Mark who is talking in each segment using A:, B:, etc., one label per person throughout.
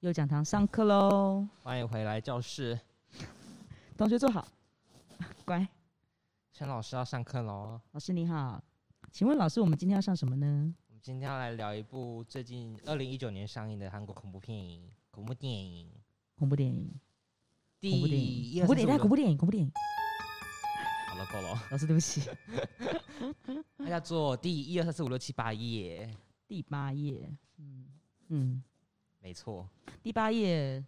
A: 又讲堂上课喽，
B: 欢迎回来教室，
A: 同学坐好， 乖。
B: 陈老师要上课喽。
A: 老师你好，请问老师，我们今天要上什么呢？
B: 我们今天要来聊一部最近二零一九年上映的韩国恐怖电影，恐怖电影，
A: 恐怖电影，
B: 第
A: 恐怖电
B: 一
A: 影，
B: 二
A: 恐怖电影，哎
B: 三四
A: 恐
B: 五
A: 怖电影，恐怖电影。
B: 六好了，够了，
A: 老师对不起，
B: 它叫做第一二三四五六七八页，
A: 第八页，嗯嗯，
B: 没错，
A: 第八页，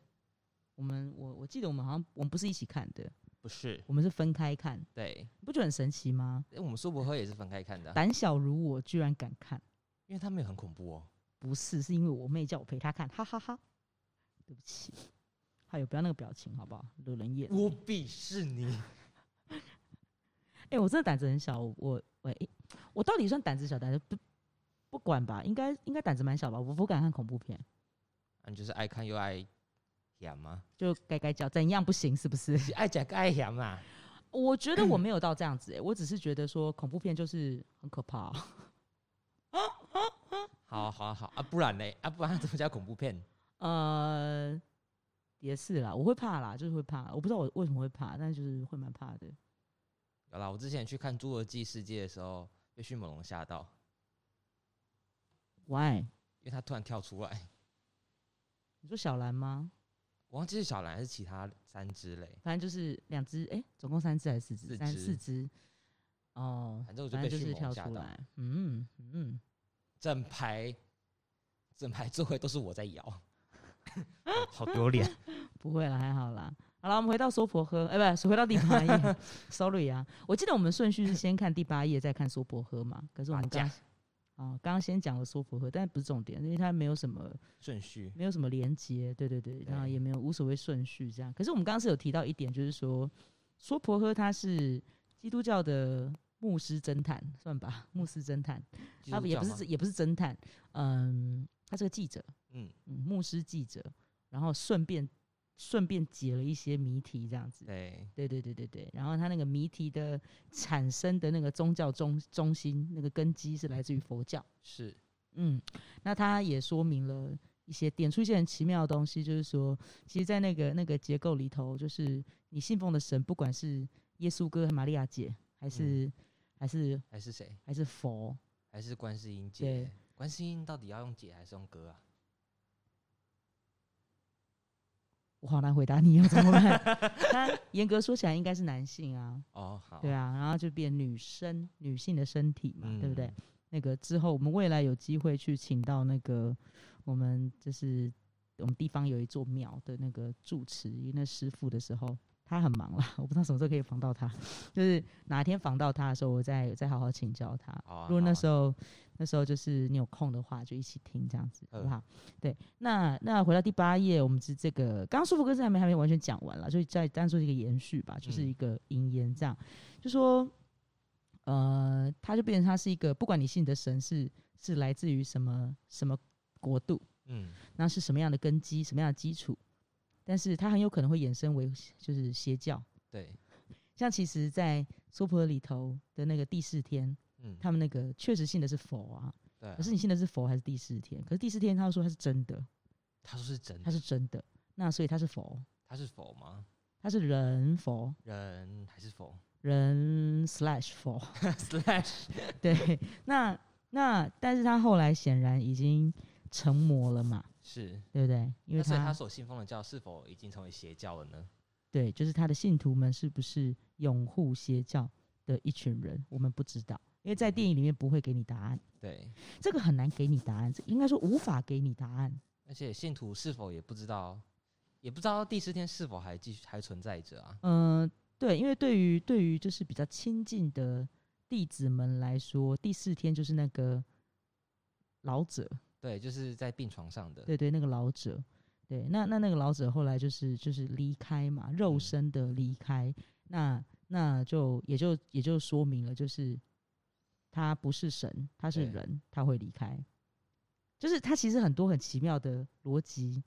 A: 我们我我记得我们好像我们不是一起看的，
B: 不是，
A: 我们是分开看，
B: 对，
A: 你不觉得很神奇吗？
B: 哎，我们说不喝也是分开看的啊，
A: 胆小如我，居然敢看，
B: 因为它没有很恐怖哦。
A: 不是是因为我妹叫我陪她看，哈哈哈对不起，还有不要那个表情好不好？惹人厌。
B: 我鄙视你，
A: 哎、我真的胆子很小，我我、诶我到底算胆子小，胆子不不管吧，应该应该胆子蛮小吧，我不敢看恐怖片，
B: 啊你就是爱看又爱演吗？
A: 就该该叫怎样不行是不是？
B: 是爱讲爱演嘛？
A: 我觉得我没有到这样子、诶我只是觉得说恐怖片就是很可怕、
B: 好好好啊，不然嘞啊，不然怎么叫恐怖片？
A: 呃，也是啦，我会怕啦，就是会怕，我不知道我为什么会怕，但是就是会蛮怕的。
B: 有啦，我之前去看《侏罗纪世界》的时候，被迅猛龙吓到，
A: Why？
B: 因为它突然跳出来，
A: 你说小兰吗？
B: 我忘记是小蓝还是其他三只嘞，
A: 反正就是两只，哎、总共三只还是四只？
B: 四
A: 三
B: 只
A: 四只。哦，
B: 反正我就
A: 反
B: 被
A: 正就
B: 迅
A: 是
B: 猛龙
A: 跳
B: 吓
A: 出
B: 到，
A: 来。嗯嗯，
B: 整排整排座位都是我在摇， 好丢脸。
A: 不会了，还好啦。好了，我们回到娑婆诃，哎、不是，回到第八页。Sorry 啊，我记得我们顺序是先看第八页，再看娑婆诃嘛。可是我们
B: 打
A: 刚
B: 架
A: 哦，刚刚先讲了娑婆诃，但不是重点，因为它没有什么
B: 顺序
A: 没有什么连接，对对对，然后
B: 对
A: 也没有无所谓顺序这样。可是我们刚刚是有提到一点，就是说娑婆诃他是基督教的牧师侦探，算吧，牧师侦探， 他也不
B: 基督教
A: 是
B: 吗
A: 也不是侦探，嗯，他是个记者，
B: 嗯，
A: 嗯，牧师记者，然后顺便顺便解了一些谜题这样子。
B: 对，
A: 对对对对对，然后他那个谜题的产生的那个宗教中中心那个根基是来自于佛教。
B: 是
A: 嗯，那他也说明了一些点出一些很奇妙的东西，就是说，其实，在那个那个结构里头，就是你信奉的神，不管是耶稣哥、玛利亚姐，还
B: 嗯
A: 是、还是
B: 还是谁？
A: 还是佛，
B: 还是观世音
A: 对
B: 姐？观世音到底要用姐还是用哥啊？
A: 我好难回答你要怎么办？他严格说起来应该是男性啊，
B: 哦，好，
A: 对啊，然后就变女生女性的身体嘛，
B: 嗯
A: 对不对？？那个之后，我们未来有机会去请到那个我们就是我们地方有一座庙的那个住持那师傅的时候，他很忙啦，我不知道什么时候可以访到他，就是哪天访到他的时候，我再再好好请教他。
B: 好啊
A: 如果
B: 好
A: 那
B: 啊
A: 时候那时候就是你有空的话，就一起听这样子，好不好？
B: 嗯
A: 对，那那回到第八页，我们是这个刚刚舒服哥是还没还没完全讲完了，所以再单说一个延续吧，就是
B: 嗯
A: 一个引言这样，就说呃，它就变成它是一个，不管你信的神是是来自于什么什么国度，
B: 嗯，
A: 那是什么样的根基，什么样的基础，但是它很有可能会衍生为就是邪教。
B: 对，
A: 像其实，在娑婆里头的那个第四天，
B: 嗯，
A: 他们那个确实信的是佛啊，
B: 对啊。
A: 可是你信的是佛还是第四天？可是第四天他说他是真的，
B: 他说是真
A: 他
B: 的，
A: 是真的，那所以他是佛，
B: 他是否吗？
A: 他是人佛，
B: 人还是 否
A: 人 slash 佛，
B: ？slash
A: 对，那那但是他后来显然已经成魔了嘛，
B: 是
A: 对不对？因为
B: 那所以
A: 他
B: 他所信奉的教是否已经成为邪教了呢？
A: 对，就是他的信徒们是不是拥护邪教的一群人，我们不知道，因为在电影里面不会给你答案，
B: 对，
A: 这个很难给你答案，这应该说无法给你答案。
B: 而且信徒是否也不知道，也不知道第四天是否还继续还存在着啊？
A: 嗯，对，因为对于对于就是比较亲近的弟子们来说，第四天就是那个老者，
B: 对，就是在病床上的，
A: 对对，那个老者，对，那那那个老者后来就是就是离开嘛，肉
B: 嗯
A: 身的离开，那那就也就也就说明了，就是他不是神，他是
B: 对
A: 人，他会离开，就是他其实很多很奇妙的逻辑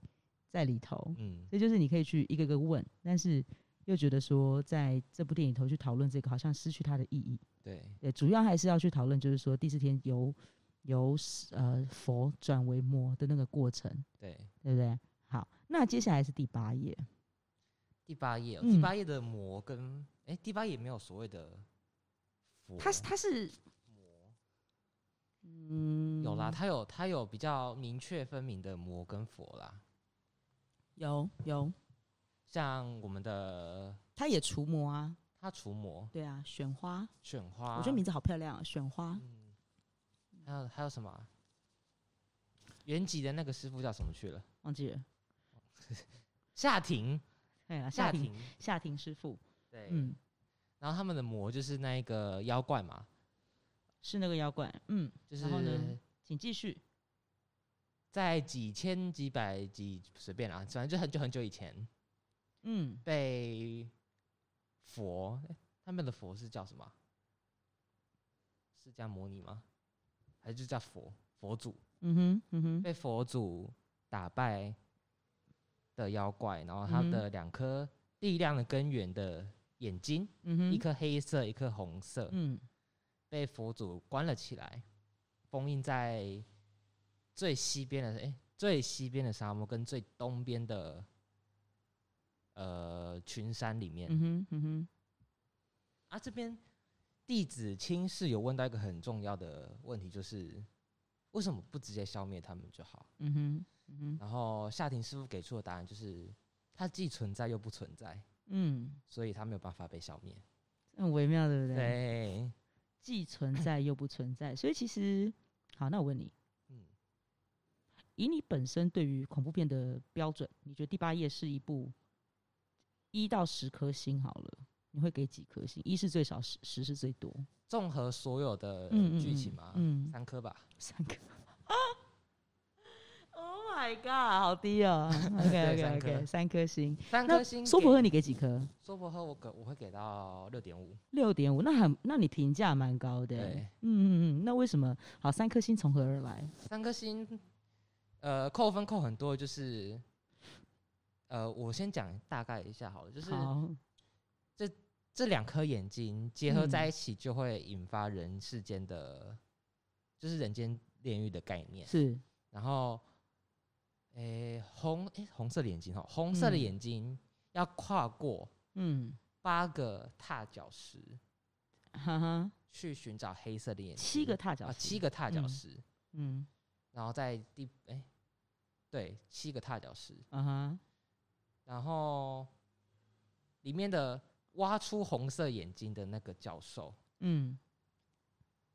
A: 在里头，
B: 嗯，
A: 所以就是你可以去一个个问，但是又觉得说，在这部电影里头去讨论这个，好像失去它的意义。
B: 对，
A: 对，主要还是要去讨论，就是说第四天由由呃佛转为魔的那个过程，
B: 对，
A: 对不对？好，那接下来是第八页，
B: 第八页哦，
A: 嗯
B: 第八页的魔跟哎、第八页没有所谓的佛，
A: 它是它是，嗯，
B: 有啦，它有它有比较明确分明的魔跟佛啦，
A: 有有，
B: 像我们的
A: 它也除魔啊，
B: 它除魔、
A: 对啊，选花，
B: 选花，
A: 我觉得名字好漂亮啊，选花，
B: 嗯，还有还有什么啊、原籍的那个师傅叫什么去了？
A: 忘记了，
B: 夏庭，
A: 对啊，夏
B: 夏
A: 庭
B: 庭，
A: 夏庭师傅，
B: 对，
A: 嗯，
B: 然后他们的魔就是那一个妖怪嘛，
A: 是那个妖怪，嗯，
B: 就是
A: 然后呢请继续，
B: 在几千几百几随便啦，反正就很久很久以前
A: 嗯，
B: 被佛、诶他们的佛是叫什么啊？释迦摩尼吗？还是就叫佛佛祖？
A: 嗯哼，嗯哼，
B: 被佛祖打败的妖怪，然后他
A: 嗯哼
B: 的两颗力量的根源的眼睛，
A: 嗯
B: 一
A: 哼，
B: 颗黑色，一颗红色，
A: 嗯
B: 被佛祖关了起来，封印在最西边的诶，最西边的沙漠跟最东边的呃群山里面、
A: 嗯哼，嗯哼，
B: 啊。这边弟子亲是有问到一个很重要的问题，就是为什么不直接消灭他们就好？
A: 嗯哼，嗯哼，
B: 然后夏庭师傅给出的答案就是，它既存在又不存在，
A: 嗯，
B: 所以它没有办法被消灭。
A: 很微妙，对不对？
B: 对，
A: 既存在又不存在，所以其实，好，那我问你，
B: 嗯，
A: 以你本身对于恐怖片的标准，你觉得第八页是一部一到十颗星好了，你会给几颗星？一是最少，十十是最多。
B: 综合所有的
A: 嗯嗯
B: 呃剧
A: 嗯
B: 情嘛，
A: 嗯
B: 三颗吧。
A: 三颗。Oh my god，好低 哦。OK
B: 对
A: OK
B: 三颗
A: OK，三颗星。
B: 三颗
A: 那
B: 星给。
A: 苏博赫你给几颗？
B: 说不喝我给我会给到六点五。
A: 六点五，那很，那你评价蛮高的。欸
B: 对，
A: 嗯嗯嗯。那为什么？好，三颗星从何而来？
B: 三颗星，呃，扣分扣很多，就是，呃，我先讲大概一下好了，就是
A: 好，
B: 这两颗眼睛结合
A: 嗯
B: 在一起，就会引发人世间的，就是人间炼狱的概念。
A: 是，
B: 然后，诶、红诶、红色的眼睛哈，红色的
A: 嗯
B: 眼睛要跨过
A: 嗯，
B: 八个踏脚石
A: 哈哈，
B: 去寻找黑色的眼睛，
A: 七个踏脚
B: 啊，
A: 石，
B: 七个踏脚
A: 嗯
B: 石，
A: 嗯，
B: 然后在第诶、对，七个踏脚石，
A: 啊哈，
B: 然后里面的挖出红色眼睛的那个教授，
A: 嗯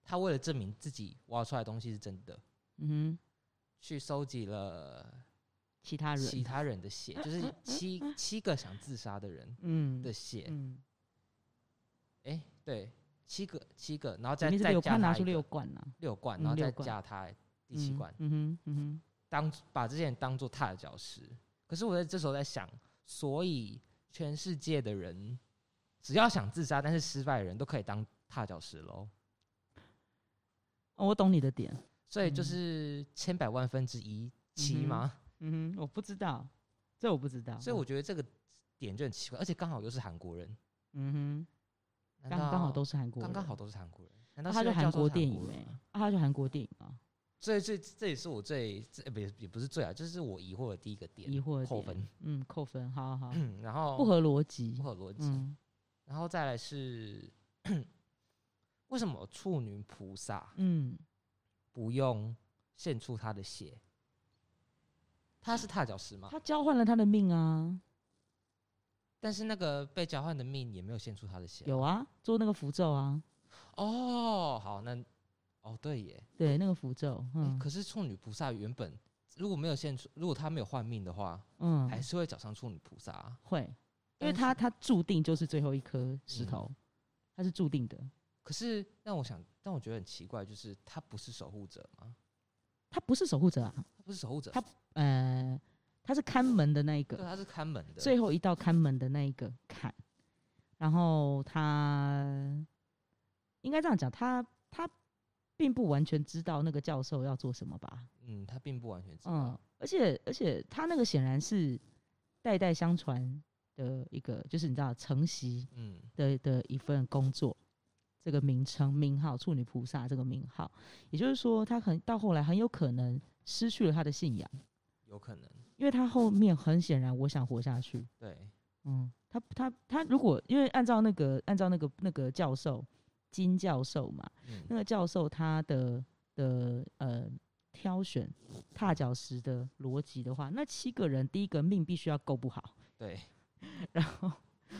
B: 他为了证明自己挖出来的东西是真的，
A: 嗯哼，
B: 去收集了
A: 其他人，
B: 其他人的血，就是七七个想自杀的人
A: 嗯
B: 的血。
A: 嗯，
B: 哎、对，七个七个，然后再
A: 肯定是
B: 再
A: 六
B: 加
A: 罐拿
B: 他
A: 出
B: 一
A: 六
B: 个
A: 罐呐，
B: 六
A: 嗯
B: 罐，然后
A: 六
B: 再
A: 罐
B: 加他第七
A: 嗯
B: 罐，
A: 嗯哼嗯哼，
B: 当把这些人当做踏脚石。可是我在这时候在想，所以全世界的人只要想自杀但是失败的人都可以当踏脚石喽。
A: 哦，我懂你的点，
B: 所以就
A: 嗯
B: 是千百万分之一七
A: 嗯哼
B: 吗？
A: 嗯哼，我不知道，这我不知道，
B: 所以我觉得这个点就很奇怪，而且刚好又是韩国人，
A: 嗯哼，
B: 难
A: 刚刚好
B: 道
A: 都是韩国人，
B: 刚刚好都是韩国人，难
A: 啊，
B: 道
A: 他
B: 是
A: 就
B: 因为
A: 韩
B: 教授
A: 国
B: 是
A: 电
B: 国
A: 影
B: 人
A: 哎
B: 吗，
A: 啊，他就韩国电影啊，
B: 所以最这也是我最这不也不是最啊，就是我疑惑的第一个点，
A: 疑惑的
B: 扣
A: 点
B: 分，
A: 嗯，扣分，好好，好
B: 嗯 然后
A: 不合逻辑
B: 不，合逻辑，
A: 嗯
B: 然后再来是 为什么处女菩萨
A: 嗯，
B: 不用献出她的血？她是踏脚石吗？
A: 他交换了他的命啊，
B: 但是那个被交换的命也没有献出她的血啊。
A: 有啊，做那个符咒啊，
B: 哦，好，那哦对耶、
A: 对，那个符咒，
B: 诶
A: 嗯
B: 可是处女菩萨原本如果没有献出，如果她没有换命的话，
A: 嗯，
B: 还是会找上处女菩萨啊、
A: 会，因为
B: 但是
A: 他他注定就是最后一颗石
B: 嗯
A: 头，他是注定的。
B: 可是让我想，让我觉得很奇怪，就是他不是守护者吗？
A: 他不是守护者啊，
B: 他不是守护者，
A: 他呃，他是看门的那一
B: 对
A: 个，
B: 他是看门的，
A: 最后一道看门的那一个坎。然后他应该这样讲，他他并不完全知道那个教授要做什么吧？
B: 嗯，他并不完全知
A: 嗯
B: 道，，
A: 而且而且他那个显然是代代相传的一个，就是你知道承袭
B: 嗯
A: 的的一份工作，这个名称名号“处女菩萨”这个名号，也就是说，他很到后来很有可能失去了他的信仰，
B: 有可能。
A: 因为他后面很显然我想活下去，
B: 对，
A: 嗯，他他他如果因为按照那个按照那个那个教授金教授嘛，那
B: 嗯，
A: 个教授他的的呃挑选踏脚石的逻辑的话，那七个人第一个命必须要够不好，
B: 对，
A: 然后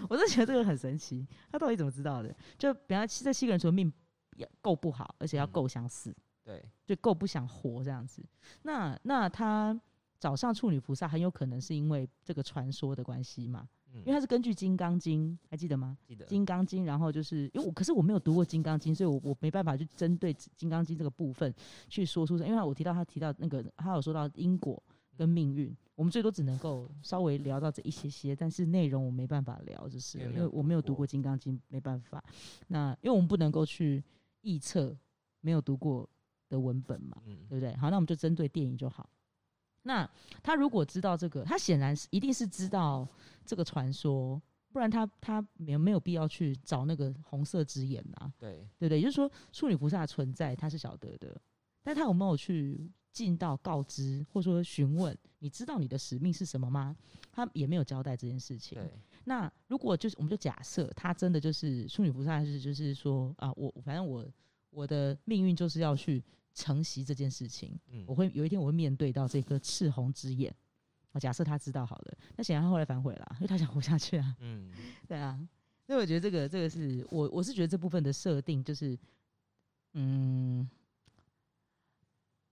A: 我就觉得这个很神奇，他到底怎么知道的？就比方七这七个人除了命要够不好，而且要
B: 嗯
A: 够想死，
B: 对，
A: 就够不想活这样子。那那他找上处女菩萨，很有可能是因为这个传说的关系嘛，因为
B: 嗯，
A: 他是根据《金刚经》，还记得吗？
B: 记得
A: 《金刚经》，然后就是因为我，可是我没有读过《金刚经》，所以我我没办法去针对《金刚经》这个部分去说出，因为我提到他提到那个，他有说到因果跟命运，我们最多只能够稍微聊到这一些些，但是内容我没办法聊，就是
B: 因为
A: 因
B: 没有
A: 为我没有
B: 读
A: 读过
B: 过
A: 《金刚经》，没办法。那因为我们不能够去臆测没有读过的文本嘛，
B: 嗯，
A: 对不对？好，那我们就针对电影就好。那他如果知道这个，他显然是一定是知道这个传说，不然他他没有没有必要去找那个红色之眼啊，
B: 对，
A: 对不对？也就是说，处女菩萨的存在他是晓得的，但他有没有去尽到告知或者说询问？你知道你的使命是什么吗？他也没有交代这件事情。
B: 对，
A: 那如果就是我们就假设他真的就是处女菩萨是就是说啊，我反正我我的命运就是要去承袭这件事情，
B: 嗯
A: 我，会有一天我会面对到这颗赤红之眼。啊，假设他知道好了，那显然他后来反悔了，因为他想活下去 啊，
B: 嗯，
A: 对啊。所以我觉得这个这个是我我是觉得这部分的设定就是，嗯，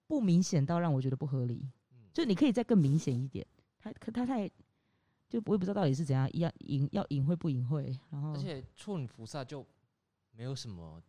A: 不明显到让我觉得不合理。
B: 嗯
A: 就你可以再更明显一点，他可他太就我也不知道到底是怎样，要隐要隐晦不隐晦，然后
B: 而且处女菩萨就没有什么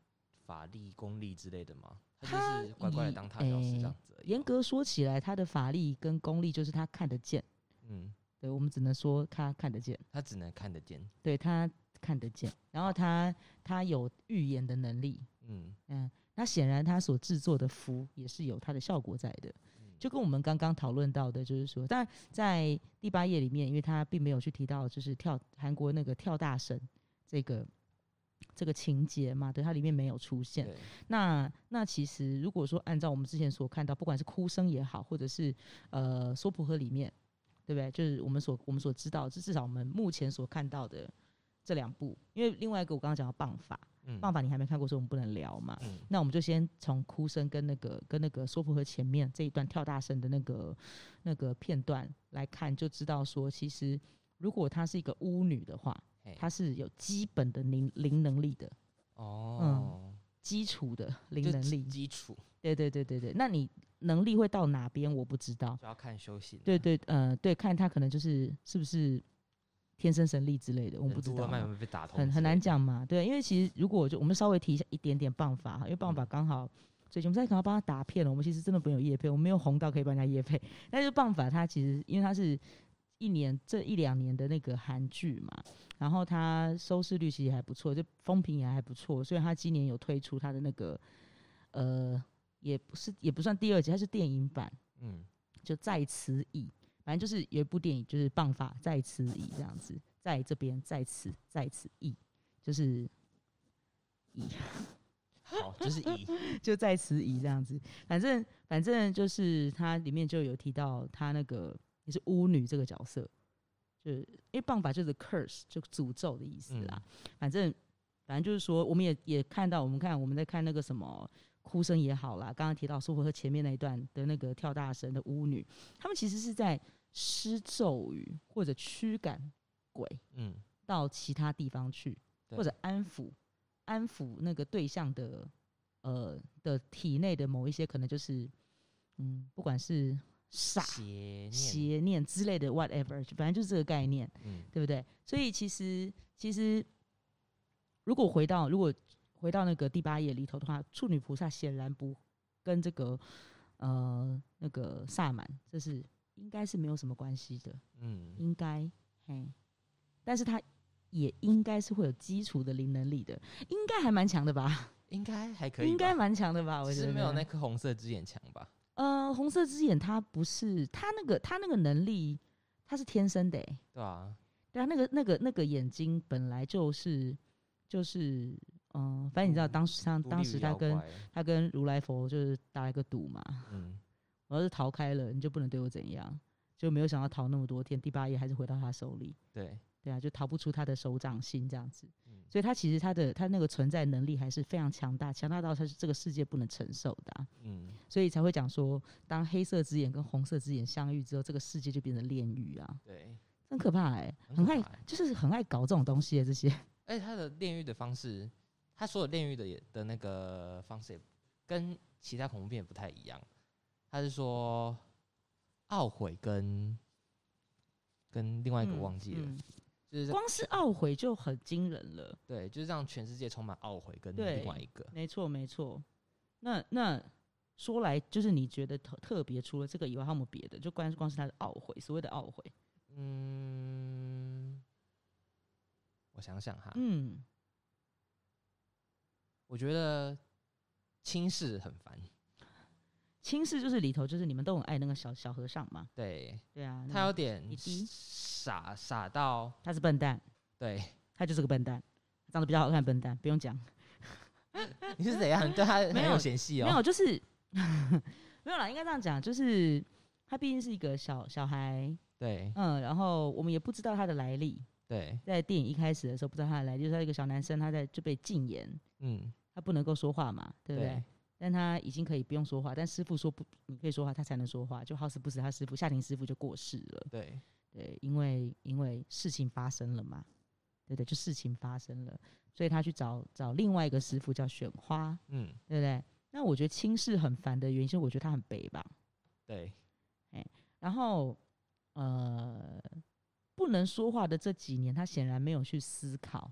B: 法力、功力之类的嘛，他
A: 他
B: 就是乖乖的
A: 以
B: 当踏脚石
A: 诶
B: 这样子而已嘛。
A: 严格说起来，他的法力跟功力就是他看得见，
B: 嗯，
A: 对我们只能说他看得见，
B: 他只能看得见。
A: 对他看得见，然后他他有预言的能力，
B: 嗯，
A: 嗯，那显然他所制作的符也是有它的效果在的，就跟我们刚刚讨论到的，就是说，但在第八页里面，因为他并没有去提到就是跳韩国那个跳大神这个这个情节嘛，对，它里面没有出现。
B: 对，
A: 那那其实如果说按照我们之前所看到，不管是哭声也好，或者是呃娑婆诃里面，对不对？就是我们所我们所知道，至至少我们目前所看到的这两部，因为另外一个我刚刚讲到棒法，
B: 嗯，
A: 棒法你还没看过，所以我们不能聊嘛。
B: 嗯，
A: 那我们就先从哭声跟那个跟那个娑婆诃前面这一段跳大声的那个那个片段来看，就知道说，其实如果她是一个巫女的话，
B: 嘿
A: 她是有基本的灵灵能力的，
B: 哦，
A: 基础的嗯灵
B: 就
A: 能
B: 基
A: 力。
B: 基础
A: 对对对对对，那你能力会到哪边我不知道。
B: 就要看修行了。
A: 对对，呃，对，看她可能就是是不是天生神力之类的，我
B: 忍
A: 们不知
B: 住
A: 道
B: 了
A: 嘛。
B: 脉有没有被打通之类
A: 很
B: 的？
A: 很难讲嘛，对，因为其实如果我就我们稍微提一下一点点办法哈，因为
B: 嗯
A: 办法刚好最近我们在刚好帮他打片了，我们其实真的没有业配，我们没有红到可以帮人家业配，但是办法它其实因为它是一年这一两年的那个韩剧嘛，然后它收视率其实也还不错，就风评也还不错，所以它今年有推出它的那个呃也不是也不算第二集，它是电影版，
B: 嗯，
A: 就在此矣，反正就是有一部电影就是《棒法在此矣》这样子，在这边在此在此矣，就是
B: 好，就是 以
A: 就在此矣这样子。反正反正就是它里面就有提到她那个也是巫女这个角色，就是因为棒法就是 curse 就诅咒的意思啦。反正反正就是说，我们也也看到，我们看我们在看那个什么。哭声也好啦，刚刚提到苏和前面那一段的那个跳大神的巫女，他们其实是在施咒语或者驱赶鬼，
B: 嗯，
A: 到其他地方去，
B: 对
A: 或者安抚安抚那个对象的呃的体内的某一些可能就是嗯，不管是傻
B: 邪念，
A: 邪念之类的 whatever，反正就是这个概念，
B: 嗯，
A: 对不对？所以其实其实如果回到如果回到那个第八页里头的话，处女菩萨显然不跟这个呃那个萨满，这是应该是没有什么关系的。
B: 嗯，
A: 应该，嘿，但是他也应该是会有基础的灵能力的，应该还蛮强的吧？
B: 应该还可以吧，
A: 应该蛮强的吧？我
B: 只
A: 觉
B: 是
A: 得
B: 没有那颗红色之眼强吧？
A: 呃，红色之眼他不是他那个他那个能力，他是天生的、欸，
B: 对啊，
A: 对啊，那个那个那个眼睛本来就是就是嗯、呃反正你知道
B: 独
A: 当时像
B: 独
A: 当
B: 立于
A: 时他
B: 妖
A: 跟
B: 怪
A: 他跟如来佛就是打了一个赌嘛，
B: 嗯，
A: 我要是逃开了，你就不能对我怎样。就没有想到逃那么多天，第八页还是回到他手里。
B: 对，
A: 对啊，就逃不出他的手掌心这样子。
B: 嗯
A: 所以他其实他的他那个存在能力还是非常强大，强大到他是这个世界不能承受的啊、
B: 嗯，
A: 所以才会讲说，当黑色之眼跟红色之眼相遇之后，这个世界就变成炼狱啊，
B: 对，
A: 真可怕哎、
B: 很
A: 很
B: 可
A: 爱
B: 怕欸
A: 就是很爱搞这种东西欸这些。
B: 而且他的炼狱的方式，他所有炼狱的也的那个方式也跟其他恐怖片也不太一样。他是说懊悔跟跟另外一个
A: 嗯
B: 忘记了，
A: 嗯
B: 就是在
A: 光是懊悔就很惊人了。
B: 对，就是让全世界充满懊悔跟
A: 对
B: 另外一个。
A: 没错，没错。那那说来，就是你觉得特特别，除了这个以外，还有没有别的？就光光是他的懊悔，所谓的懊悔，
B: 嗯，我想想哈，
A: 嗯，
B: 我觉得轻视很烦。
A: 轻视就是里头就是你们都很爱那个小小和尚嘛，
B: 对
A: 对啊，
B: 他
A: 那
B: 有点
A: 一滴
B: 傻傻到
A: 他是笨蛋，
B: 对
A: 他就是个笨蛋，长得比较好看，笨蛋不用讲，
B: 你是怎样？你对他很
A: 没
B: 有
A: 有
B: 嫌隙
A: 没
B: 哦、
A: 有就是 没有啦，应该这样讲，就是他毕竟是一个小小孩，
B: 对
A: 嗯，然后我们也不知道他的来历，
B: 对，
A: 在电影一开始的时候不知道他的来历，就是他一个小男生，他在就被禁言，
B: 嗯，
A: 他不能够说话嘛，对不对
B: 对？
A: 但他已经可以不用说话，但师傅说不，你可以说话，他才能说话。就好死不死，他师傅夏庭师傅就过世了。
B: 对
A: 对，因为因为事情发生了嘛，对不对？就事情发生了，所以他去找找另外一个师傅叫选花，
B: 嗯
A: 对不对？那我觉得轻视很烦的原因，是我觉得他很北吧。
B: 对，
A: 然后呃，不能说话的这几年，他显然没有去思考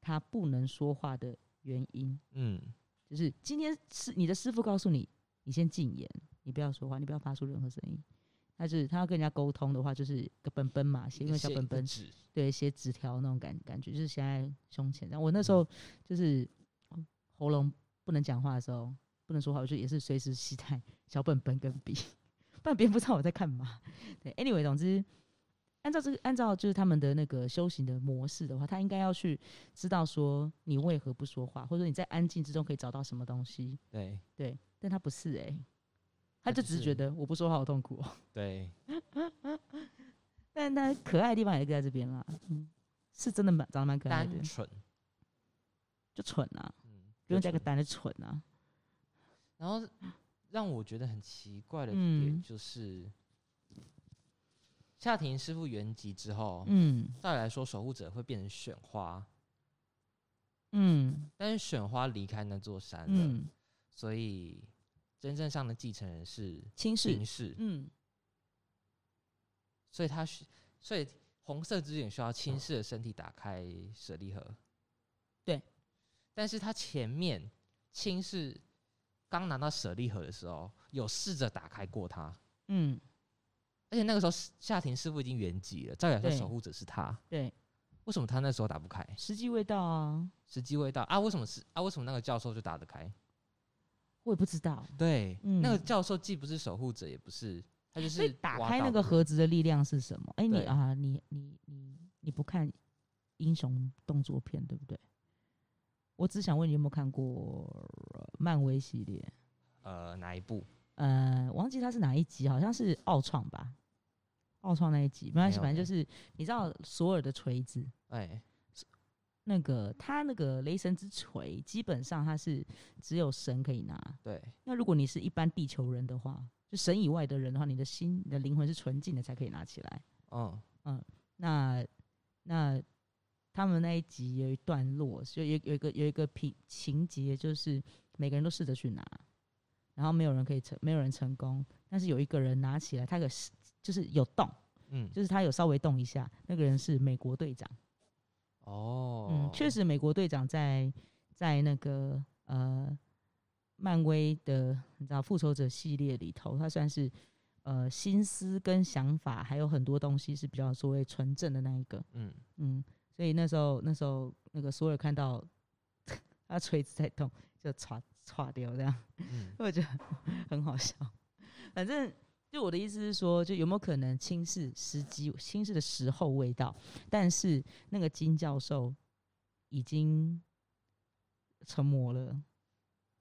A: 他不能说话的原因。
B: 嗯
A: 就是今天是你的师傅告诉你，你先禁言，你不要说话，你不要发出任何声音。他就是他要跟人家沟通的话，就是个本本嘛，写一个小
B: 写
A: 本
B: 一个
A: 本，
B: 纸
A: 对，写纸条那种感感觉，就是写在胸前。然后我那时候就是嗯喉咙不能讲话的时候，不能说话，我就也是随时携带 小本本跟笔，不然别人不知道我在干嘛。对，anyway，总之。按照这个，按照就是他们的那个修行的模式的话，他应该要去知道说你为何不说话，或者你在安静之中可以找到什么东西。
B: 对
A: 但他不是哎、他
B: 他
A: 就
B: 就
A: 只是欸
B: 是
A: 觉得我不说话好痛苦哦、
B: 对，
A: 但他可爱的地方也在这边啦，嗯，是真的蛮长得蛮可爱的
B: 单，纯，
A: 就蠢啊，
B: 嗯，
A: 不用加个单
B: 单。
A: 的蠢啊，
B: 然后让我觉得很奇怪的点
A: 嗯
B: 就是，夏庭师傅圆寂之后，
A: 嗯
B: 照理来说守护者会变成选花，
A: 嗯
B: 但是选花离开那座山了，
A: 嗯，
B: 所以真正上的继承人是
A: 轻视
B: 秦，氏，
A: 嗯
B: 所以他需，所以红色之眼需要轻视的身体打开舍利盒。
A: 对，
B: 但是他前面轻视刚拿到舍利盒的时候，有试着打开过它，
A: 嗯，
B: 而且那个时候夏庭师傅已经圆寂了，照理来说
A: 对
B: 守护者是他，
A: 对，
B: 为什么他那时候打不开？
A: 时机未到啊，
B: 时机未到啊？为什么是啊？为什么那个教授就打得开？
A: 我也不知道，
B: 对，那个
A: 嗯
B: 教授既不是守护者，也不是他就
A: 所以
B: 是
A: 打
B: 挖
A: 开
B: 到
A: 那个
B: 的
A: 盒子的力量是什么？哎、你
B: 对
A: 啊，你你你你不看英雄动作片对不对？我只想问你有没有看过呃漫威系列？
B: 呃哪一部？
A: 呃，忘记它是哪一集，好像是奥创吧，奥创那一集，没关系，
B: 没有
A: 反正就是你知道索尔的锤子，
B: 哎，
A: 那个他那个雷神之锤，基本上它是只有神可以拿。
B: 对
A: 那如果你是一般地球人的话，就神以外的人的话，你的心、你的灵魂是纯净的才可以拿起来。
B: 嗯
A: 那那他们那一集有一段落，就有有一个有一个情情节，就是每个人都试着去拿，然后没有人可以成，没有人成功，但是有一个人拿起来，他可是就是有动，
B: 嗯
A: 就是他有稍微动一下，那个人是美国队长，
B: 哦，
A: 嗯，确实美国队长在在那个呃漫威的你知道复仇者系列里头，他算是。呃，心思跟想法还有很多东西是比较所谓纯正的那一个，
B: 嗯
A: 嗯，所以那时候那时候那个索尔看到 他锤子在动，就 歘歘掉这样，
B: 嗯
A: 我觉得很好笑。反正就我的意思是说，就有没有可能轻视时机、轻视的时候未到，但是那个金教授已经成魔了。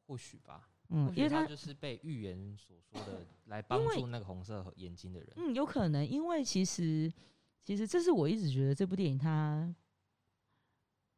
B: 或许吧。
A: 嗯
B: 或，
A: 因
B: 许
A: 为
B: 他
A: 他
B: 就是被预言所说的来帮
A: 因为
B: 助那个红色和眼睛的人。
A: 嗯，有可能，因为其实其实这是我一直觉得这部电影它，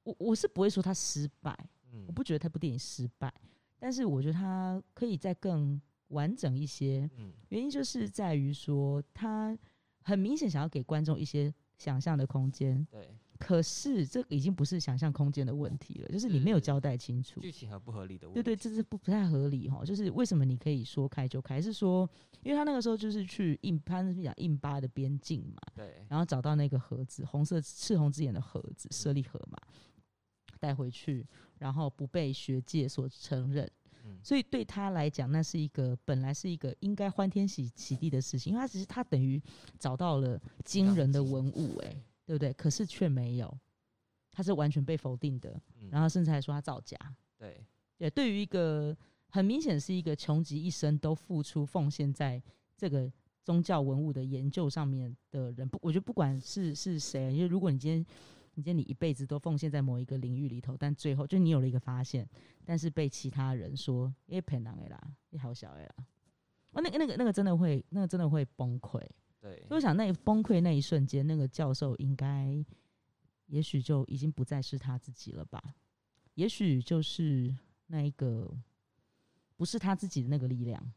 A: 我我是不会说它失败，
B: 嗯
A: 我不觉得这部电影失败，但是我觉得它可以再更完整一些。
B: 嗯
A: 原因就是在于说，它很明显想要给观众一些想象的空间，
B: 对，
A: 可是这已经不是想象空间的问题了，就是你没有
B: 是
A: 交代清楚。
B: 剧情和不合理的嗯问
A: 对对，
B: 题。
A: 这是不不太合理哈。就是为什么你可以说开就开？是说，因为他那个时候就是去印，他那是讲印巴的边境嘛，
B: 对
A: 然后找到那个盒子，红色赤红之眼的盒子，舍
B: 嗯
A: 利盒嘛，带回去，然后不被学界所承认，
B: 嗯
A: 所以对他来讲，那是一个本来是一个应该欢天喜喜地的事情，因为他只是他等于找到了惊人的文物、欸，
B: 对
A: 对不对？可是却没有，他是完全被否定的，
B: 嗯
A: 然后甚至还说他造假。
B: 对
A: 对，对于一个很明显是一个穷极一生都付出奉献在这个宗教文物的研究上面的人，不，我觉得不管是是谁，因为如果你今天你今天你一辈子都奉献在某一个领域里头，但最后就你有了一个发现，但是被其他人说“哎，骗人的啦，你好小的啦”，哦，那个那个那个真的会，那个真的会崩溃。
B: 对
A: 所以我想，那崩溃那一瞬间，那个教授应该，也许就已经不再是他自己了吧？也许就是那一个，不是他自己的那个力量，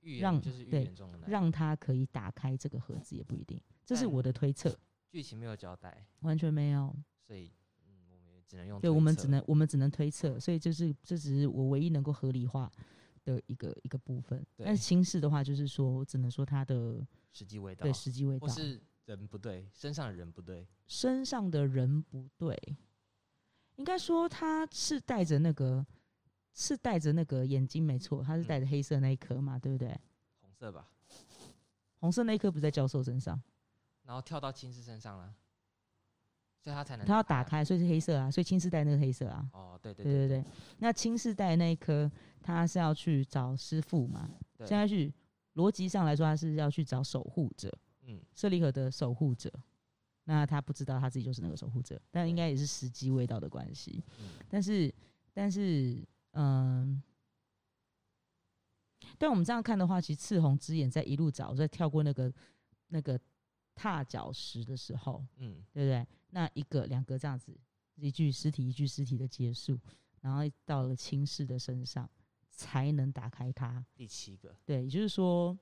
B: 预
A: 让
B: 言就是预
A: 对
B: 言中的那一
A: 让他可以打开这个盒子，也不一定。这是
B: 但
A: 我的推测，
B: 剧情没有交代，
A: 完全没有。
B: 所以嗯，我们也只能用
A: 对，
B: 推
A: 我们
B: 测
A: 只能我们只能推测，所以就是这只是我唯一能够合理化的一个一个部分。但
B: 对
A: 是轻视的话，就是说我只能说他的
B: 实际味道
A: 对，时机未到
B: 啊或，是人不对，身上的人不对，
A: 身上的人不对，应该说他是带着那个是带着那个眼睛没错，他是带着黑色那一颗嘛，对不对？
B: 红色吧，
A: 红色那一颗不在教授身上，
B: 然后跳到青丝身上了，所以他才能
A: 他要打
B: 啊。
A: 开，所以是黑色啊，所以青世带那个黑色啊，
B: 哦，对对
A: 对对对。那青世带那一颗，他是要去找师傅嘛？
B: 对
A: 现在去逻辑上来说，他是要去找守护者，
B: 嗯，
A: 舍利盒的守护者。那他不知道他自己就是那个守护者，但应
B: 对
A: 该也是时机未到的关系。
B: 嗯
A: 但是，但是，嗯，但我们这样看的话，其实赤红之眼在一路找，在跳过那个那个踏脚石的时候，
B: 嗯，
A: 对不对？那一个、两个这样子，一具尸体一具尸体的结束，然后到了青氏的身上，才能打开它。
B: 第七个，
A: 对，也就是说，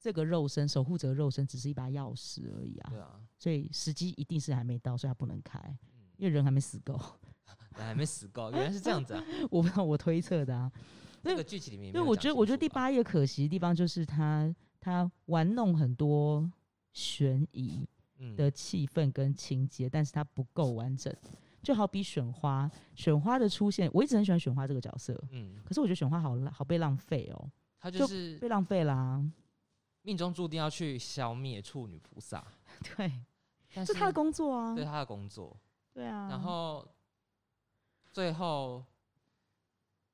A: 这个肉身守护者肉身只是一把钥匙而已啊
B: 对，啊，
A: 所以时机一定是还没到，所以它不能开，
B: 嗯，
A: 因为人还没死够。
B: 人还没死够，原来是这样子啊，
A: 我不知道我推测的啊，
B: 这个剧情里面也没
A: 对，
B: 有
A: 我
B: 讲
A: 觉得
B: 清
A: 我觉得
B: 楚
A: 第
B: 吧，
A: 八页可惜的地方就是他他玩弄很多悬疑
B: 嗯，
A: 的气氛跟情节，但是它不够完整。就好比选花，选花的出现，我一直很喜欢选花这个角色，
B: 嗯，
A: 可是我觉得选花好浪好被浪费哦、
B: 他
A: 就
B: 就是
A: 被浪费啦。
B: 命中注定要去消灭处女菩萨，
A: 对，
B: 但
A: 这
B: 是
A: 是他的工作啊
B: 对。他的工作，
A: 对啊。
B: 然后最后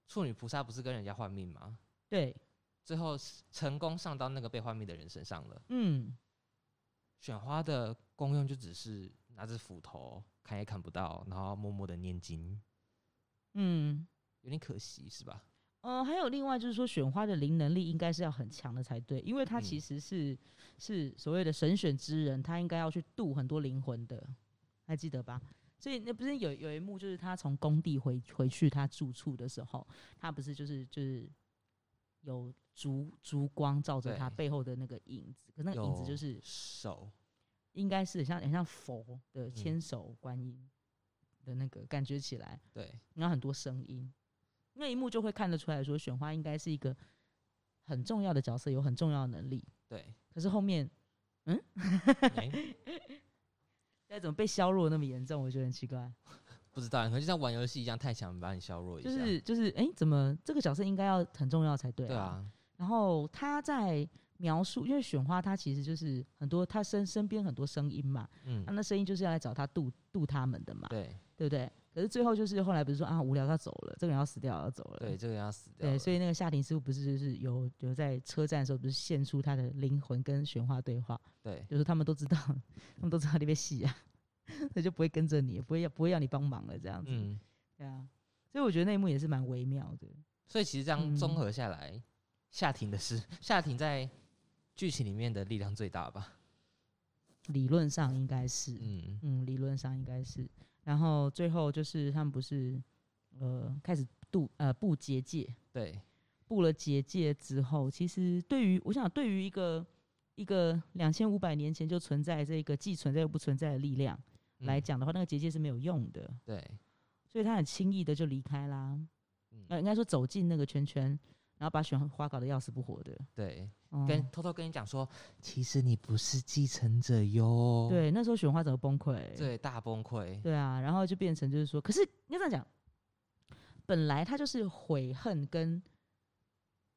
B: 处女菩萨不是跟人家换命吗？
A: 对，
B: 最后是成功上到那个被换命的人身上了。
A: 嗯，
B: 选花的功用就只是拿着斧头砍也砍不到，然后默默的念经，
A: 嗯，
B: 有点可惜是吧？
A: 呃，还有另外就是说，选花的灵能力应该是要很强的才对，因为他其
B: 嗯
A: 实是、是所谓的神选之人，他应该要去渡很多灵魂的，还记得吧？所以那不是有有一幕，就是他从工地回回去他住处的时候，他不是就是就是有烛烛光照着他
B: 对
A: 背后的那个影子，可是那个影子就
B: 有
A: 是
B: 手，
A: 应该是很像很像佛的
B: 嗯
A: 千手观音的那个感觉起来，
B: 对，
A: 然后很多声音，那一幕就会看得出来说，选花应该是一个很重要的角色，有很重要的能力。
B: 对，哎
A: 可是后面
B: 诶
A: 该怎么被削弱那么严重，我觉得很奇怪。
B: 不知道，可能就像玩游戏一样，太强把你削弱一下。
A: 就是就是，哎、怎么这个角色应该要很重要才对、
B: 对。啊，
A: 然后他在描述，因为选花他其实就是很多他身身边很多声音嘛，
B: 嗯
A: 那，那声音就是要来找他渡渡他们的嘛，
B: 对
A: 对不对？可是最后就是后来不是说啊无聊他走了，这个人要死掉要走了，
B: 对，这个要死掉了。
A: 对，所以那个夏婷师傅不是就是有有在车站的时候，不是献出他的灵魂跟玄化对话，
B: 对
A: 就是他们都知道，他们都知道你被戏啊， 那就不会跟着你，也不会要不会要你帮忙了这样子。
B: 嗯，
A: 对啊，所以我觉得那一幕也是蛮微妙的。
B: 所以其实这样
A: 嗯
B: 综合下来，夏婷的 是夏婷在剧情里面的力量最大吧？
A: 理论上应该是，
B: 嗯，
A: 嗯，理论上应该是。然后最后就是他们不是呃开始渡呃布结界，
B: 对，
A: 布了结界之后，其实对于我想，对于一个一个两千五百年前就存在这个既存在又不存在的力量
B: 嗯
A: 来，讲的话，那个结界是没有用的，
B: 对，
A: 所以他很轻易的就离开啦。
B: 嗯，
A: 呃，应该说走进那个圈圈，然后把雪花搞得要死不活的。
B: 对，
A: 嗯、
B: 跟偷偷跟你讲说，其实你不是继承者哟。
A: 哦对那时候雪花怎么崩溃？
B: 对，大崩溃。
A: 对啊，然后就变成就是说，可是应该这样讲，本来他就是悔恨跟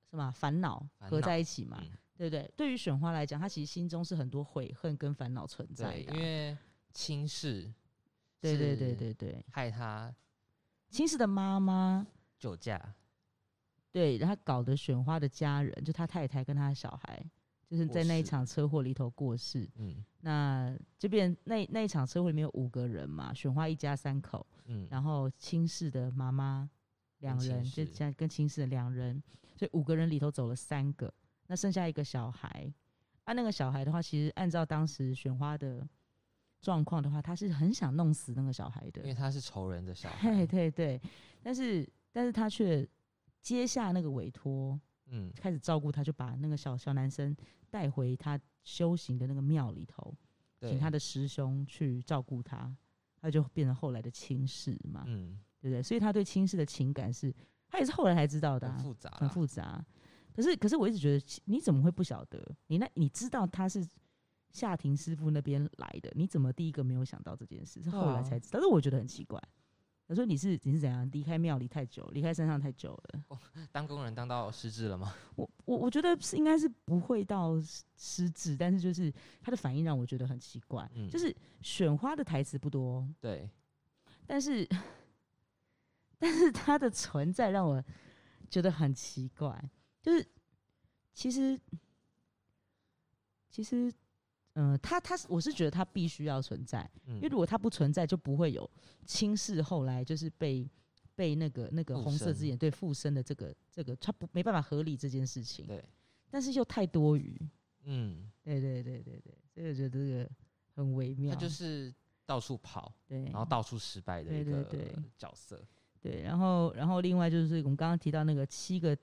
A: 什么啊烦恼
B: 烦
A: 合
B: 恼
A: 在一起嘛，
B: 嗯
A: 对不对？对于选花来讲，他其实心中是很多悔恨跟烦恼存在
B: 对，
A: 的
B: 因
A: 啊、
B: 为亲事，
A: 对对对对，对，
B: 害他
A: 秦氏的妈妈
B: 酒驾，
A: 对他搞的选花的家人，就他太太跟他小孩，就是
B: 过
A: 在那一
B: 世
A: 场车祸里头过世。
B: 嗯
A: 那这边那那一场车祸里面有五个人嘛，选花一家三口，
B: 嗯，
A: 然后亲氏的妈妈两
B: 亲
A: 人，就
B: 事
A: 加跟亲氏的两人，所以五个人里头走了三个，那剩下一个小孩。啊，那个小孩的话，其实按照当时雪花的状况的话，他是很想弄死那个小孩
B: 因为
A: 的，
B: 他是仇人的小
A: 对
B: 孩，
A: 对对，但是但是他却接下那个委托，
B: 嗯
A: 开始照顾他，就把那个小小男生带回他修行的那个庙里头，
B: 对
A: 请他的师兄去照顾他，他就变成后来的亲事嘛。
B: 嗯
A: 对不对？所以他对亲事的情感是，他也是后来才知道的、
B: 很
A: 啊，
B: 复杂啦，
A: 很复杂。可是，可是我一直觉得，你怎么会不晓得？你那你知道他是夏婷师傅那边来的，你怎么第一个没有想到这件事？是
B: 对
A: 后来
B: 啊
A: 才知道，但是我觉得很奇怪。他说你是你是怎样离开庙里太久，离开山上太久了？
B: 当工人当到失智了吗？
A: 我我我觉得是应该是不会到失失智，但是就是他的反应让我觉得很奇怪。
B: 嗯
A: 就是选花的台词不多哦、
B: 对，
A: 但是， 但是它的存在让我觉得很奇怪，就是其实，其实，嗯、呃，它它是我是觉得它必须要存在，
B: 嗯
A: 因为如果它不存在，就不会有轻视后来就是被被那个那个
B: 附
A: 红色之
B: 身
A: 眼对附身的这个这个，它不没办法合理这件事情，
B: 对，
A: 但是又太多余，
B: 嗯，
A: 对对对对对，所以我觉得这个很微妙，
B: 他就是到处跑，
A: 啊对，
B: 然后到处失败的
A: 对
B: 一
A: 对
B: 个
A: 对
B: 角色，
A: 对，然后然后另外就是我们刚刚提到那个七个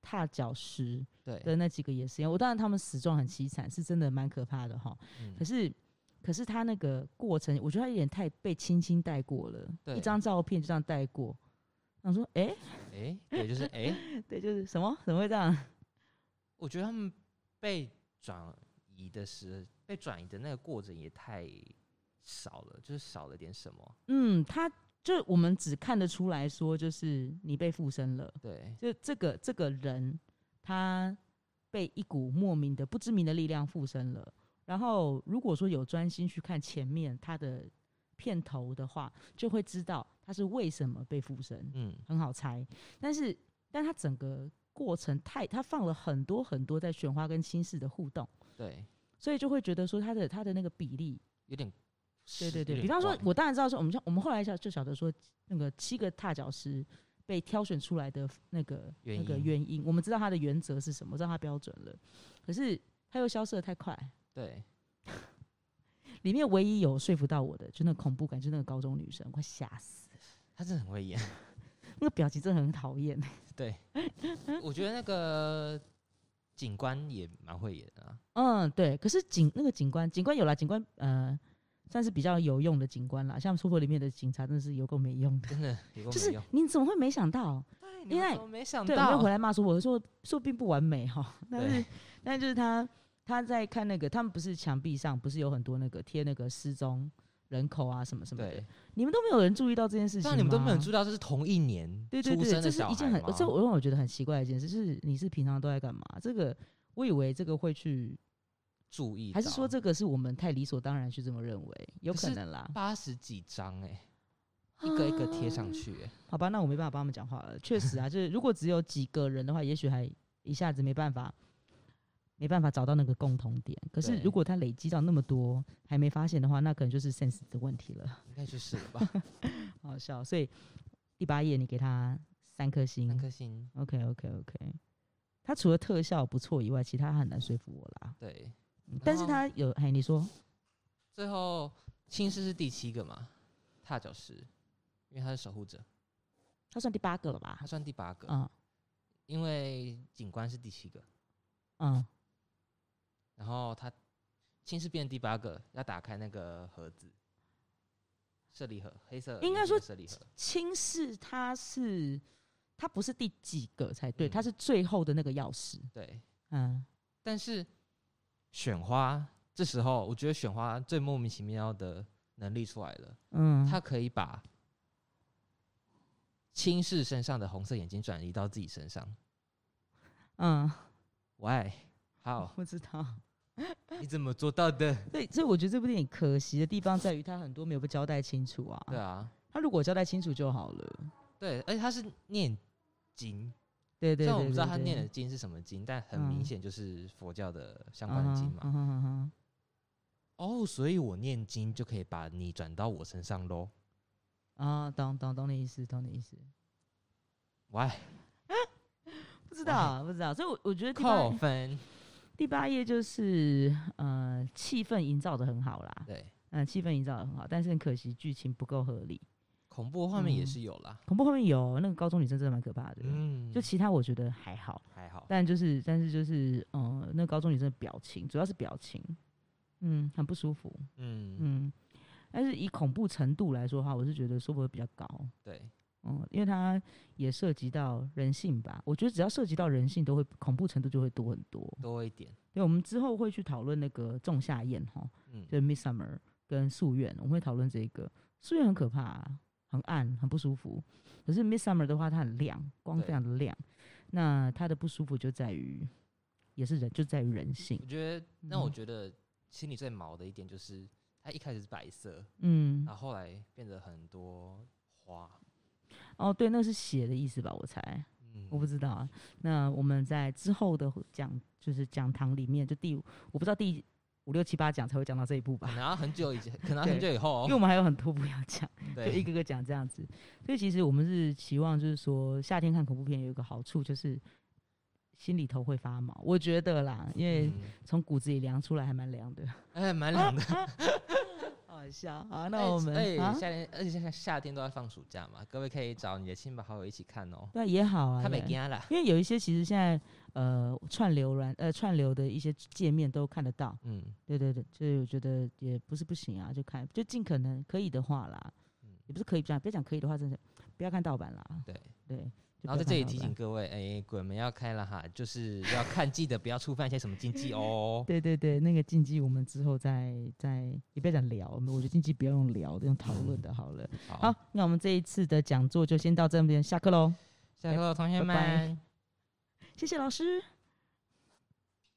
A: 踏脚石
B: 对，
A: 的那几个也是一样，我当然他们死状很凄惨，是真的蛮可怕的哈。
B: 嗯
A: 可是可是他那个过程，我觉得他有点太被轻轻带过了，一
B: 对
A: 张照片就这样带过。想说，哎、
B: 诶，对，就是诶，
A: 对，就是什么怎么会这样？
B: 我觉得他们被转移的时，被转移的那个过程也太少了，就是少了点什么，
A: 嗯，他就我们只看得出来说，就是你被附身了，
B: 对，
A: 就这个这个人他被一股莫名的不知名的力量附身了。然后如果说有专心去看前面他的片头的话，就会知道他是为什么被附身，
B: 嗯，
A: 很好猜。但是，但他整个过程太他放了很多很多在玄花跟青氏的互动，
B: 对，
A: 所以就会觉得说他的他的那个比例
B: 有点
A: 对
B: 失，
A: 对对，
B: 有
A: 比
B: 点
A: 方说
B: 怪，
A: 我当然知道说，我们像我们后来晓就晓得说，那个七个踏脚石被挑选出来的那个
B: 原
A: 那个
B: 因
A: 原因，我们知道它的原则是什么，知道它标准了，可是它又消失的太快。
B: 对，
A: 里面唯一有说服到我的，就那个恐怖感，就那个高中女生，快吓死！
B: 他真的很会演。
A: 那个表情真的很讨厌。嗯
B: 我觉得那个警官也蛮会演的啊，
A: 嗯，对。可是警那个警官，警官有啦，警官呃，算是比较有用的警官啦。像说婆里面的警察，真的是有够没用的。
B: 真的有够
A: 就
B: 没
A: 是
B: 用。
A: 你怎么会没想到？
B: 对，
A: 因为
B: 我没想
A: 对，我又
B: 到
A: 回，来骂说，我说说并不完美哈， 但是
B: 对
A: 但就是他他在看那个，他们不是墙壁上不是有很多那个贴那个失踪人口啊什么什么的
B: 对，，
A: 你们都没有人注意到这件事情吗，
B: 但你们都没有注意到这是同一年
A: 对对
B: 出
A: 对，
B: 生
A: 这
B: 的
A: 是
B: 小
A: 一件
B: 孩
A: 很
B: 吗？
A: 这我让我觉得很奇怪的一件事，就是你是平常都在干嘛？这个我以为这个会去，
B: 注意到，
A: 还是说这个是我们太理所当然去这么认为，有
B: 可
A: 可啊
B: 是
A: 能啦。
B: 八十几张哎、
A: 啊
B: 一个一个贴上去、欸，
A: 好吧，那我没办法帮他们讲话了。确实 啊，就是如果只有几个人的话，也许还一下子没办法，没办法找到那个共同点。可是
B: 对
A: 如果他累积到那么多还没发现的话，那可能就是 sense 的问题了， 嗯
B: 应该就是了吧？
A: 好笑。所以第八页你给他三颗星
B: 三颗星，
A: OK OK OK，它除了特效不错以外，其他很难说服我啦。
B: 对。
A: 嗯但是
B: 后
A: 它有，哎，你说
B: 最后青狮是第七个嘛，踏脚石，因为他是守护者，
A: 它算第八个了吧
B: 他？算第八个，
A: 嗯
B: 因为警官是第七个，
A: 嗯，
B: 然后他青狮变第八个，要打开那个盒子，舍利盒，黑色
A: 应该
B: 圆形
A: 说
B: 的舍利盒，
A: 轻视它是它不是第几个才对，
B: 嗯
A: 它是最后的那个钥匙。
B: 对，
A: 嗯，
B: 但是选花这时候，我觉得选花最莫名其妙的能力出来了，
A: 嗯，
B: 他可以把青氏身上的红色眼睛转移到自己身上。
A: 嗯，
B: Why? How?
A: 不知道。
B: 你怎么做到的？
A: 对，所以我觉得这部电影可惜的地方在于它很多没有被交代清楚啊。
B: 对啊，
A: 它如果交代清楚就好了。
B: 对，而且他是念经，
A: 对
B: 虽
A: 对对
B: 然我不知道他念的
A: 的
B: 经是什么经，但很明
A: 嗯
B: 显就是佛教的相关的经嘛。
A: 嗯哼嗯哼
B: 哦，所以我念经就可以把你转到我身上喽。
A: 啊，懂懂懂你意思，懂你意思。
B: Why?
A: 不知道啊， 不知道，所以我我觉得第
B: 扣
A: 八
B: 分。
A: 第八页就是呃气氛营造的很好啦，
B: 对，
A: 嗯、气氛营造的很好，但是很可惜剧情不够合理。
B: 恐怖画面也
A: 嗯
B: 是有啦。
A: 恐怖后面有那个高中女生真的蛮可怕的，
B: 嗯，
A: 就其他我觉得还好，
B: 还好。
A: 但就是但是就是呃那个高中女生的表情主要是表情，嗯，很不舒服，
B: 嗯，
A: 嗯，但是以恐怖程度来说的话，我是觉得说不会比较高，
B: 对，
A: 嗯，因为它也涉及到人性吧，我觉得只要涉及到人性，都会恐怖程度就会多很多。
B: 多一点。
A: 对，我们之后会去讨论那个《仲夏夜》哈，
B: 嗯，
A: 就是 Midsummer 跟《夙愿》，我们会讨论这个。夙愿很可怕、啊很暗，很不舒服。可是 Midsummer 的话，它很亮，光非
B: 对
A: 常的亮。那它的不舒服就在于，也是人，就在于人性
B: 我。觉得让我
A: 嗯
B: 觉得心里最毛的一点就是，它一开始是白色，
A: 嗯，
B: 然后后来变得很多花。
A: 哦，对，那是血的意思吧？我猜，
B: 嗯
A: 我不知道啊。那我们在之后的讲，就是讲堂里面，就第五，我不知道第五六七八讲才会讲到这一步吧
B: 可，能要很久以前，可能要很久以后
A: 因为我
B: 哦。
A: 们还有很多不要讲。就一
B: 对，
A: 个个讲这样子。所以其实我们是期望，就是说夏天看恐怖片有一个好处，就是心里头会发毛。我觉得啦，因为
B: 嗯
A: 从骨子里凉出来还蛮凉的，
B: 哎，蛮冷的。
A: 好笑 啊。那我们、
B: 哎，
A: 啊，
B: 夏天，而且现在夏天都在放暑假嘛，各位可以找你的亲朋好友一起看哦。
A: 对也好啊，
B: 他没
A: 对
B: 惊啦，
A: 因为有一些其实现在呃串流软呃串流的一些界面都看得到，
B: 嗯，
A: 对对对，所以我觉得也不是不行啊，就看就尽可能可以的话啦，
B: 嗯
A: 也不是可以不要不要讲可以的话，真的不要看盗版啦，
B: 对。
A: 对。就
B: 然后
A: 不
B: 在
A: 要看
B: 这里
A: 盗
B: 提
A: 版
B: 醒各位，哎，鬼门要开了哈，就是要看，记得不要触犯一些什么禁忌哦。
A: 对对对，那个禁忌我们之后再再也不要讲聊，我们我觉得禁忌不要用聊的，用讨论的好
B: 嗯
A: 了。好，，那我们这一次的讲座就先到这边下课喽，
B: 下课，同学
A: 拜拜
B: 们。
A: 谢谢老师。